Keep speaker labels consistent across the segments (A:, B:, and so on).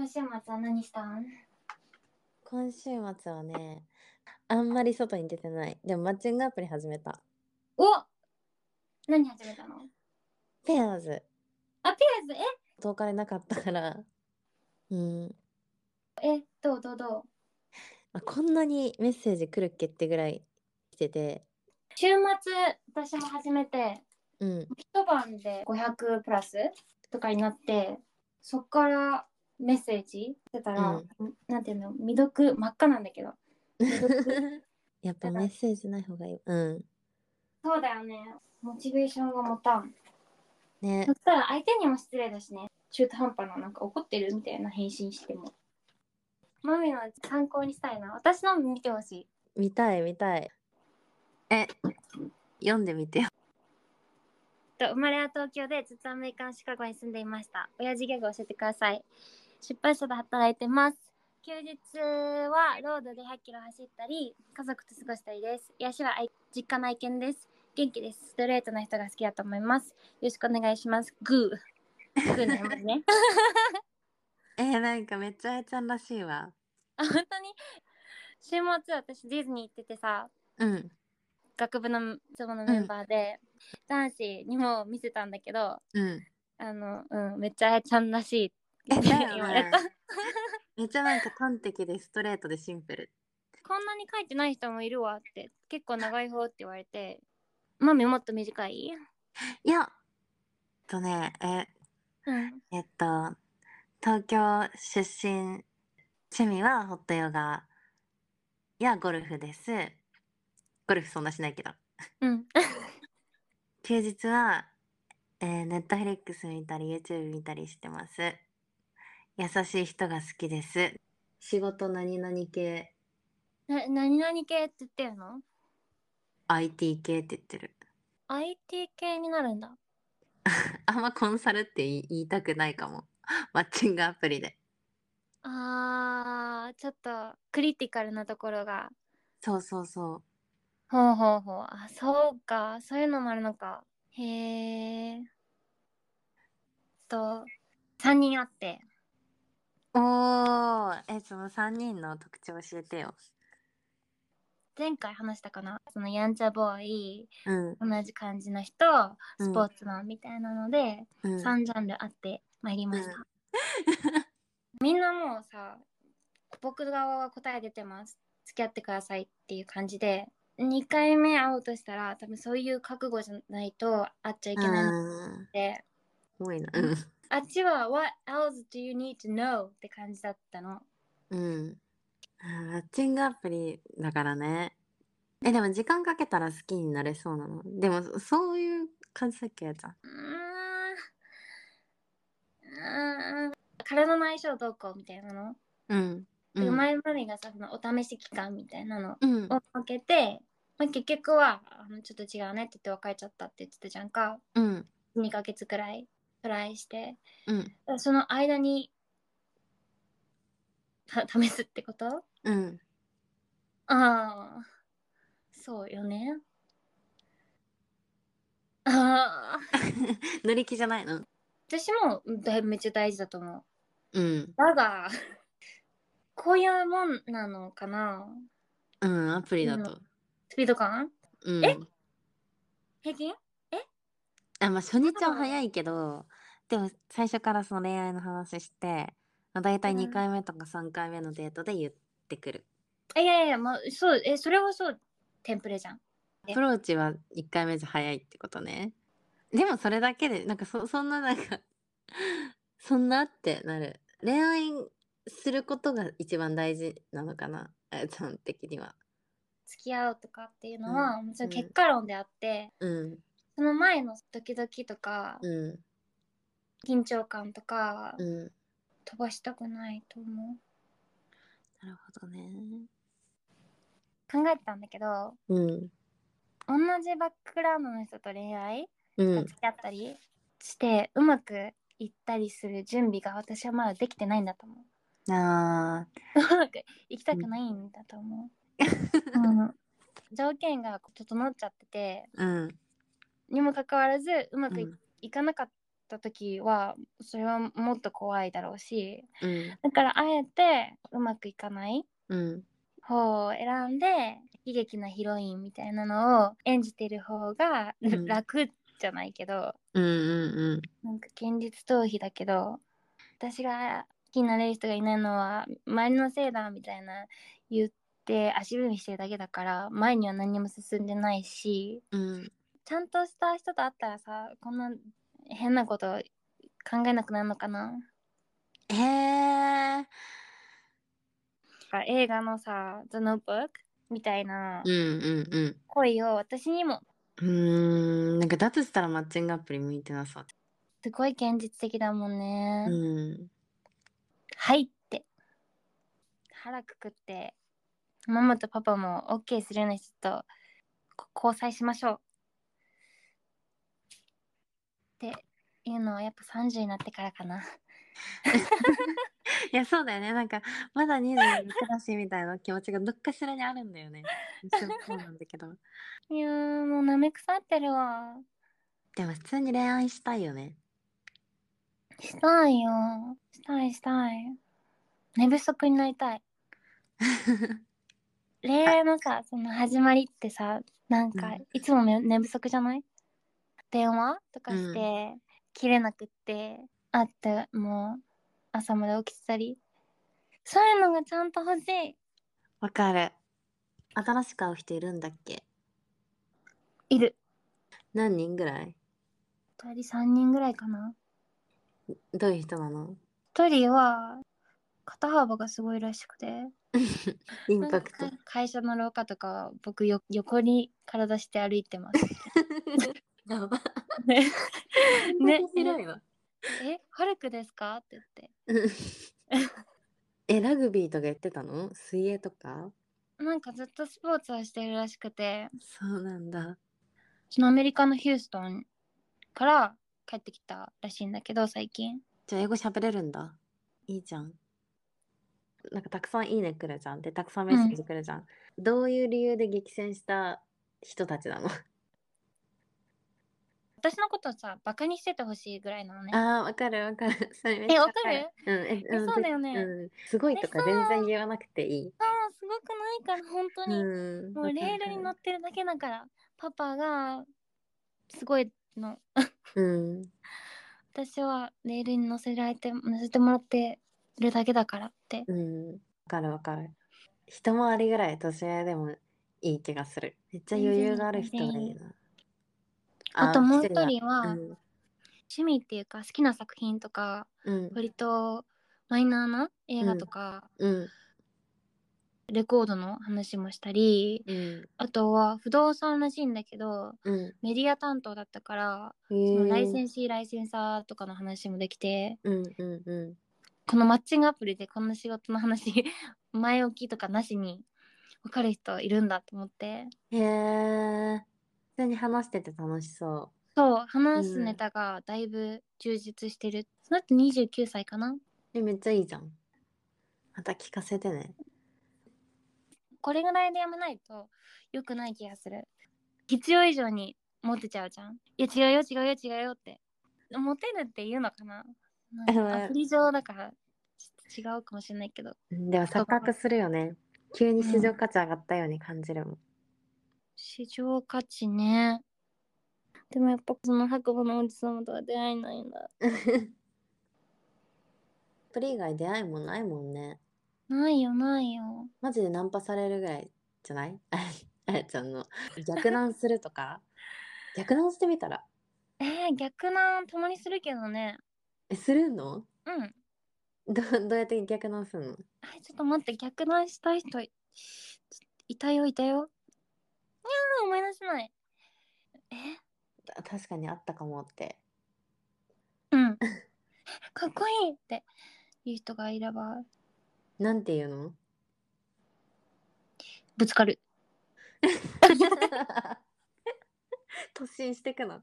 A: 週末は何したん
B: 今週末はね、あんまり外に出てない。でもマッチングアプリ始めた。
A: お何始めたの
B: ペアーズ。
A: あ、ピアーズ、
B: 遠かれなかったから。うん。
A: ええ、どうどうどう
B: あこんなにメッセージ来るっけってぐらい来てて。
A: 週末、私も初めて、
B: うん。
A: 一晩で500プラスとかになって、そっからメッセージしてたら、なんていうの、未読、真っ赤なんだけど。
B: やっぱメッセージない方がいい。うん。
A: そうだよね。モチベーションが持たん。
B: ね
A: そ。したら相手にも失礼だしね。中途半端ななんか怒ってるみたいな返信しても。マミの参考にしたいな。私のも見てほしい。
B: 見たい見たい。え、読んでみてよ。
A: と生まれは東京でずっとアメリカのシカゴに住んでいました親父ギャグ教えてください出版社で働いてます休日はロードで100キロ走ったり家族と過ごしたりです癒しは愛実家の愛犬です元気ですストレートな人が好きだと思いますよろしくお願いしますグーグーの山ね
B: えーなんかめっちゃあやちゃんらしいわ。
A: あ本当に週末私ディズニー行っててさ
B: うん。
A: 学部のいつものメンバーで、男子にも見せたんだけど
B: うん。
A: あのうんめっちゃあやちゃんらしいって
B: え
A: 言
B: だよね
A: われた
B: めっちゃなんか端的でストレートでシンプル。
A: こんなに書いてない人もいるわって結構長い方って言われてマミもっと短い、
B: いや、えっとね、え、
A: うん、
B: えっと、東京出身、趣味はホットヨガやゴルフです。ゴルフそんなしないけど。
A: うん
B: 休日は、えー、ネットフリックス見たり YouTube 見たりしてます。優しい人が好きです。仕事何々系、
A: な何々系って言ってるの
B: IT 系って言ってる。
A: IT 系になるんだ
B: あんまコンサルって言い言いたくないかも。マッチングアプリで。
A: あーちょっとクリティカルなところが
B: そうそうそう。
A: ほうほうほうあそうかそういうのもあるのかへえと3人あって
B: おー、え、その3人の特徴教えてよ。
A: 前回話したかなそのやんちゃボーイ
B: うん、
A: 同じ感じの人スポーツマンみたいなので、
B: うん。
A: 3ジャンルあってまいりました、みんなもうさ僕側が答え出てます付き合ってくださいっていう感じで2回目会おうとしたら多分そういう覚悟じゃないと会っちゃいけないの
B: うん。
A: で、
B: 多いな。うん。
A: あっちは「What else do you need to know?」って感じだったの
B: うん。あーマッチングアプリだからね。え、でも時間かけたら好きになれそうなの。でも、そそういう感じだっけ、やちゃん。
A: うーんうーん体の相性どうこうみたいなの、
B: うん。
A: で
B: うん。
A: 前までがさそのお試し期間みたいなの
B: うん。
A: を受けて、まあ、結局はあのちょっと違うねって言って別れちゃったって言ってたじゃんか
B: うん。
A: 2ヶ月くらいトライして
B: うん。
A: だからその間にた試すってことあ
B: うん。
A: あそうよねああ
B: 乗り気じゃないの
A: 私もだいぶめっちゃ大事だと思う
B: うん。
A: だがこういうもんなのかな
B: うん、アプリだと。
A: スピード感
B: うん。
A: え平均
B: あ、まあ、初日は早いけど、でも最初からその恋愛の話して、まあ、大体
A: うん
B: 2回目とか3回目のデートで言ってくる。
A: あいやいや、まあ、そうえそれはそうテンプレじゃん
B: アプローチは1回目じゃ早いってことね。でもそれだけで、なんかそ、そんななんか、 そんなってなる。恋愛することが一番大事なのかな、あやちゃん的には。
A: 付き合うとかっていうのは、もちろん結果論であって、
B: うん、
A: その前のドキドキとか、
B: う
A: 緊張感とか、
B: ん、うん。
A: 飛ばしたくないと思う
B: なるほどね。
A: 考えてたんだけど
B: うん、
A: 同じバックグラウンドの人と恋愛
B: う
A: が
B: ん
A: 付。き合ったりして、うまくいったりする準備が私はまだできてないんだと思う
B: あ
A: うまくいきたくないんだと思う、うん条件が整っちゃってて
B: ー、うん、
A: にもかかわらずうま
B: う
A: くい
B: ん、
A: いかなかっった時はそれはもっと怖いだろうし
B: うん
A: だからあえてうまくいかない
B: うん
A: 方を選んで悲劇のヒロインみたいなのを演じてる方が
B: うん
A: 楽じゃないけど、
B: うんうん
A: なんか現実逃避だけど私が好きになれる人がいないのは周りのせいだみたいな言って足踏みしてるだけだから前には何も進んでないし
B: うん
A: ちゃんとした人と会ったらさこんな変なこと考えなくなるのかな
B: うんへえ
A: なんか映画のさ「The Notebook」みたいな
B: うんうんうん
A: 恋を私にも
B: うーんなんかだとしたらマッチングアプリ向いてなそう。
A: すごい現実的だもんね。
B: うん。
A: はいって腹くくってママとパパも OK するような人とこ交際しましょうっていうのはやっぱ30になってからかな。
B: いや、そうだよね。なんか、まだ26だしみたいな気持ちがどっかしらにあるんだよね。そうそうなんだけど。
A: いやーもうなめ腐ってるわ。
B: でも、普通に恋愛したいよね。
A: したいよ。したいしたい。寝不足になりたい。恋愛のさその始まりってさなんか
B: うん
A: いつもめ寝不足じゃない電話とかして、
B: う
A: 切れなくってあってもう朝まで起きてたりそういうのがちゃんと欲しい
B: わかる。新しく会う人いるんだっけ
A: いる
B: 何人ぐらい
A: 2人3人ぐらいかな
B: どういう人なの
A: 1人は肩幅がすごいらしくて
B: インパクト
A: なん。か会社の廊下とか僕よ横に体して歩いてます
B: やば。
A: ね
B: ね。面白いわ。
A: えハルクですかって言って
B: うんえ、ラグビーとかやってたの水泳とか
A: なんかずっとスポーツをしてるらしくて
B: そうなんだ。
A: そのアメリカのヒューストンから帰ってきたらしいんだけど最近
B: じゃあ英語喋れるんだ。いいじゃん。なんかたくさんいいね来るじゃん。で、たくさんメッセージ来るじゃん。どういう理由で激戦した人たちなの
A: 私のことさバカにしててほしいぐらいなのね
B: ああ、わかるわかる。それめっ
A: え
B: ちゃ
A: わかる
B: うん、え、
A: え
B: ん
A: そうだよね
B: うん。すごいとか
A: えそう
B: 全然言わなくていい。
A: ああすごくないから本当
B: う
A: に、
B: ん。
A: もうレールに乗
B: っ
A: ってるだけだからパパがすごいの
B: うん。
A: 私はレールに乗せられて乗せてもらってるだけだからって
B: うん。わかるわかる。一回りぐらい年上でもいい気がする。めっちゃ余裕がある人がいいな。
A: あともう一
B: は
A: 人は
B: うん。
A: 趣味っていうか好きな作品とか
B: うん。
A: 割とマイナーな映画とか、
B: うん。
A: レコードの話もしたり
B: うん。
A: あとは不動産らしいんだけど
B: うん。
A: メディア担当だったから、そ
B: へ
A: の
B: え
A: ライセンシーライセンサーとかの話もできて
B: うんうんう
A: このマッチングアプリでこんな仕事の話 前置きとかなしに分かる人いるんだと思って
B: ん。へえ。普通に話してて楽しそ
A: そう話すネタがだいぶ充実してる、その後29歳かな
B: う。え、めっちゃいいじゃん。また聞かせてね。
A: これぐらいでやめないと良くない気がする必要以上にモテちゃうじゃんいや違うよ違うよ違うよってモテるっていうのかななん
B: うん
A: かアプリ上だからちょっと違うかもしれないけど
B: うんでも錯覚するよね。急に市場価値上がったように感じ るもん。
A: 市場価値ねでもやっぱその白馬のおじさまとは出会えないんだ
B: アプリ以外出会いもないもんね。
A: ないよないよ
B: マジでナンパされるぐらいじゃない あやちゃんの。逆難するとか逆難してみたら。
A: えー、逆なんたまにするけどね
B: え、するの
A: うん
B: ど、どうやって逆難すんの
A: はいちょっと待って逆難したい人いいたよいたよいやー思い出せないえ
B: た確かにあったかもって。
A: うんかっこいいっていう人がいれば
B: なんて言うの
A: ぶつかる
B: 突進してくな。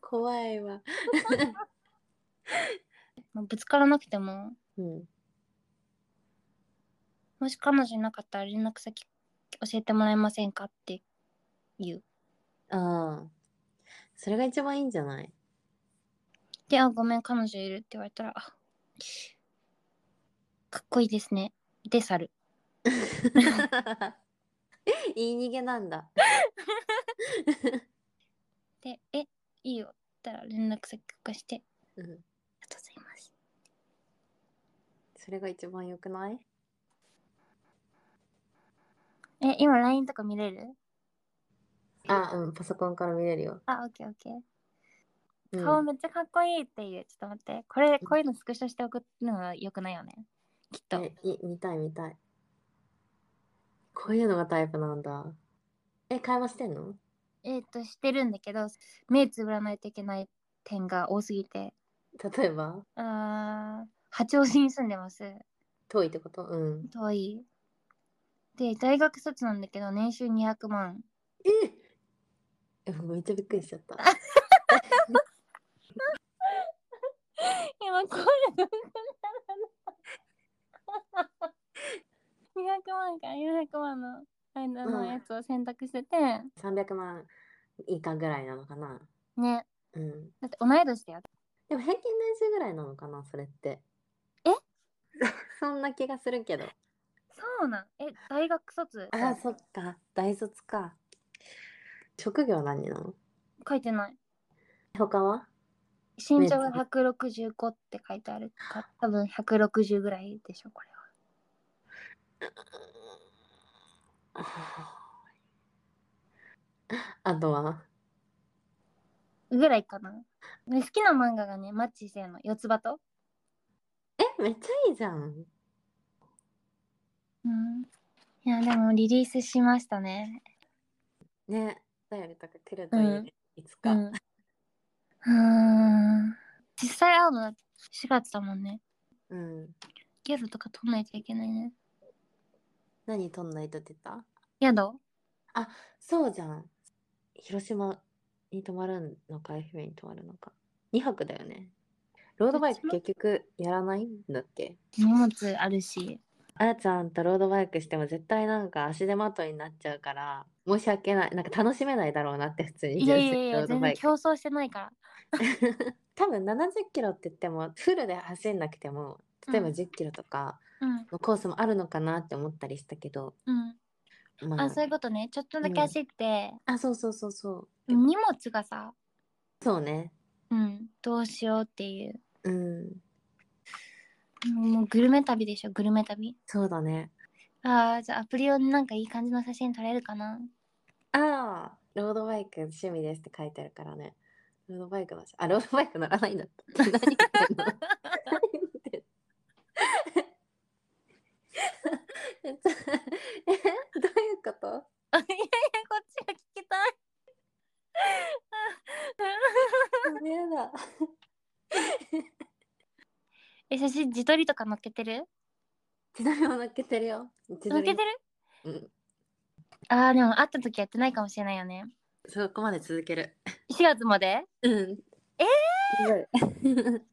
B: 怖いわ。
A: まあぶつからなくても
B: うん。
A: もし彼女いなかったら連絡先教えてもらえませんかって言う
B: ああ。それが一番いいんじゃない
A: で、あ、ごめん、彼女いるって言われたら、あかっこいいですね。で、去る。
B: 言い逃げなんだ。
A: で、え、いいよ。って言ったら連絡先交換して、
B: うん。
A: ありがとうございます。
B: それが一番良くない
A: え、今 LINE とか見れる
B: あ、うん。パソコンから見れるよ。
A: あ、オッケーオッケー。
B: うん
A: 顔めっちゃかっこいいっていう。ちょっと待って。これ、こういうのスクショして送るのは良くないよね。きっと。
B: え、い見たい見たい。こういうのがタイプなんだ。え、会話してんの
A: えっ、と、してるんだけど、目つぶらないといけない点が多すぎて。
B: 例えば
A: あー八王子に住んでます。
B: 遠いってことうん。
A: 遠い。で、大学卒なんだけど、年収200万。
B: ええめっちゃびっくりしちゃ った。
A: 今、これ、200万から400万の間のやつを選択してて、
B: 300万以下ぐらいなのかな
A: ね。
B: うん。
A: だって同い年だよ。
B: でも平均年収ぐらいなのかなそれって。
A: え
B: そんな気がするけど。
A: そうなん。え、大学卒
B: ああ、そっか。大卒か。職業何なの
A: 書いてない。
B: 他は
A: 身長が165って書いてあるから、多分160ぐらいでしょ、これは。
B: あとは
A: ぐらいかな。で好きな漫画がね、マッチしてるの。四つ葉と。
B: え、めっちゃいいじゃん。
A: うん。いや、でもリリースしましたね。
B: ね。お便りとか来るといいね。いつ
A: う
B: か。
A: ん。うーん。実際会うの4月だもんね。
B: うん。
A: 宿とか取んないといけないね。
B: 何取んないと出た
A: 宿
B: そうじゃん。広島に泊まるのか、愛媛に泊まるのか。2泊だよね。ロードバイク
A: ど
B: 結局やらないんだっけ
A: 荷物あるし。
B: あやちゃんとロードバイクしても絶対なんか足手まといになっちゃうから、申し訳ない。なんか楽しめないだろうなって普通に
A: いやいやい
B: 純粋に
A: や、
B: ロード
A: 全
B: バ
A: 然
B: イク。
A: 競争してないから。
B: 多分70キロって言っても、フルで走んなくても、例えば
A: うん
B: 10キロとか
A: うん。
B: のコースもあるのかなって思ったりしたけど、
A: うん。
B: まあ、
A: あ、そういうことね。ちょっとだけ
B: うん
A: 走って、
B: あ、そうそうそうそう。
A: 荷物がさ、
B: そうね。
A: うん、どうしようっていう。
B: うん。
A: もうグルメ旅でしょ、グルメ旅。
B: そうだね。
A: ああ、じゃあアプリをなんかいい感じの写真撮れるか な。
B: ああ、ロードバイク趣味ですって書いてあるからね。ロードバイクの、あ、ロードバイク乗らないんだ った。何言ってんの何言ってんのえちょえ、どういうこと
A: いやいや、こっちが聞きたい。
B: ダメだ。
A: え、写真自撮りとか載っけてる
B: 手取りも乗っけてるよ。手
A: 載っ
B: 取り
A: けてる
B: うん。
A: ああ、でも会った時やってないかもしれないよね。
B: そこまで続ける。
A: 4月ま で
B: うん。
A: え
B: えー、
A: もう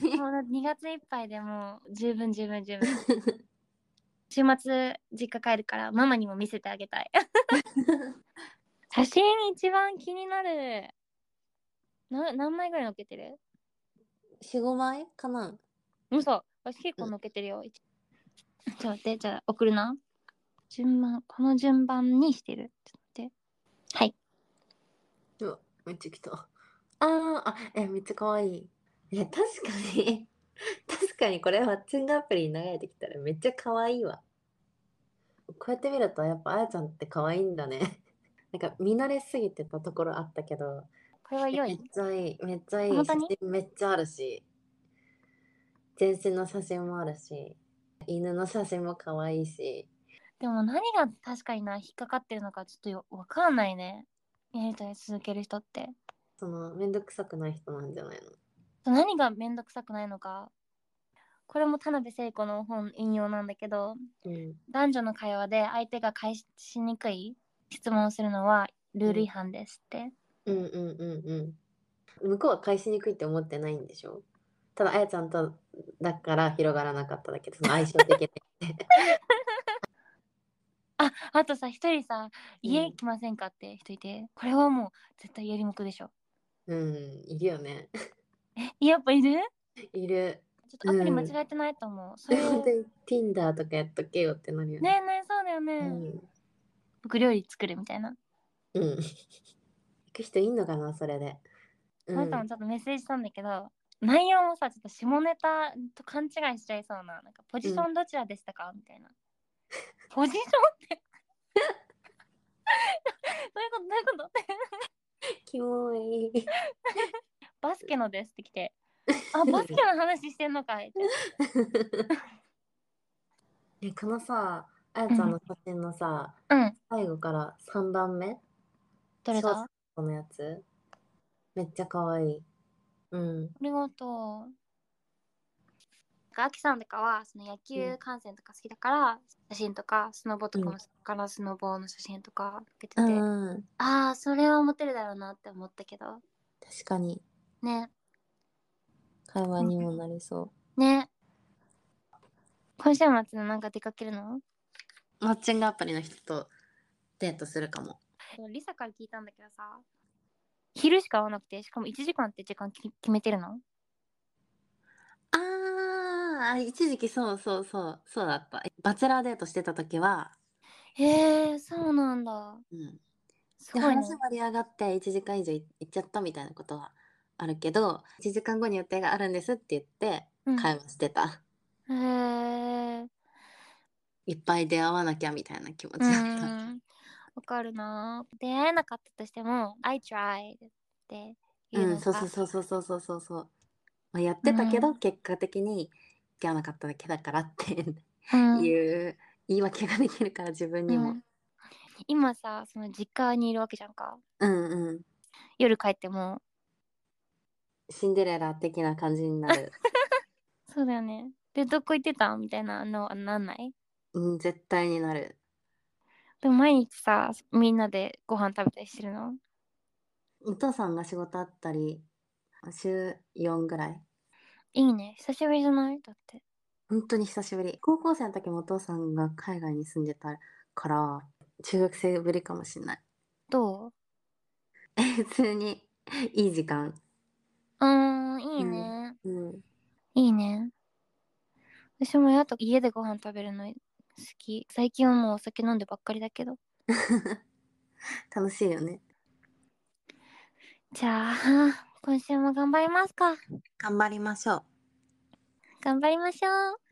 A: 2月いっぱいでもう十分十分十分。週末実家帰るからママにも見せてあげ たい。写真一番気になる。な何枚ぐらい載っけてる
B: 四五枚かな。
A: 嘘私結構のっけてるよ、一ちょっと待ってじゃあ送るな順番この順番にしてるちょっと待ってはいう
B: わ、めっちゃ来た。あーあ、え、めっちゃ可愛い。いや、確かに、 確かにこれマッチングアプリに流れてきたらめっちゃ可愛いわ。こうやって見るとやっぱあやちゃんって可愛いんだね。 なんか見慣れすぎてたところあったけど、
A: これは良
B: めっ
A: い
B: ちゃいい、めっちゃいい。
A: 本当に
B: 写真めっちゃあるし、全身の写真もあるし、犬の写真も可愛いし。
A: でも何が確かにな引っかかってるのかちょっとよ分かんないねやりとり続ける人って
B: そのめんどくさくない人なんじゃないの
A: 何がめんどくさくないのかこれも田辺聖子の本引用なんだけど
B: うん。
A: 男女の会話で相手が返しにくい質問をするのはルール違反ですって、
B: うんうんうんうん。向こうは返しにくいって思ってないんでしょただ、あやちゃんと だから広がらなかっただけで、その相性的に。
A: ああとさ一人さ「
B: うん
A: 家来ませんか?」って人いてこれはもう絶対やりもくでしょ
B: うん、いるよね。
A: えやっぱいる
B: いる。
A: ちょっとアプリ間違えてないと思う、それ
B: 本当
A: ね
B: に Tinder とかやっとけよってなるよ
A: えねえそうだよね、
B: うん。
A: 僕料理作るみたいな、
B: うん。行く人いんのかな、それで。う
A: あなたもちょっとメッセージしたんだけど内容もさちょっと下ネタと勘違いしちゃいそうななんかポジションどちらでしたか、みたいなポジションって どういうことどういうことって
B: キモい。
A: バスケのですって来て「あバスケの話してんの かい」って
B: ね、このさ、あやちゃんの写真のさ、
A: うん
B: 最後から3番目
A: どれ
B: そう
A: だ
B: このやつ。めっちゃ可愛い。うん。
A: ありがとう。アキさんとかはその野球観戦とか好きだから、写真とかスノボとかも、
B: うん
A: からスノボの写真とか出てて、あ
B: うん。
A: あそれはモテるだろうなって思ったけど
B: 確かに。
A: ね
B: 会話にもなりそ
A: ね今週末なんか出かけるの
B: う。マッチングアプリの人とデートするかも。
A: でもリサから聞いたんだけどさ昼しか会わなくてしかも1時間って時間き決めてるの
B: あーあ、一時期そうそうそう、そうだった。バチェラーデートしてた時は、
A: へえそうなんだ
B: うん。
A: す
B: で
A: ごいね
B: 話盛り上がって1時間以上い行っちゃったみたいなことはあるけど、1時間後に予定があるんですって言って、
A: うん
B: 会話してた。
A: へえ
B: いっぱい出会わなきゃみたいな気持ち
A: う
B: だった。
A: んわかるな出会えなかったとしても「I tried」って
B: う
A: 言
B: ん、
A: うの
B: そう
A: が、
B: そうそうそうそうそうそうそう。まあ、やってたけど、結果的に行けなかっただけだからっていう
A: うん
B: 言い訳ができるから自分に
A: う
B: も
A: ん。今さその実家にいるわけじゃんか
B: うんうん。
A: 夜帰っても
B: シンデレラ的な感じに なる。
A: そうだよねでどこ行ってたみたいなのなんない
B: うん、絶対になる。
A: でも毎日さみんなでご飯食べたりしてるの
B: お父さんが仕事あったり、週4ぐらい。
A: いいね久しぶりじゃないだって
B: 本当に久しぶり。高校生の時もお父さんが海外に住んでたから、中学生ぶりかもしれない。
A: どう
B: 普通にいい時間。
A: うーんいいね、
B: うん。
A: いいね私もやっと家でご飯食べるの好き最近はもうお酒飲んでばっかりだけど
B: 楽しいよね。
A: じゃあ今週も頑張りますか
B: 頑張りましょう。
A: 頑張りましょう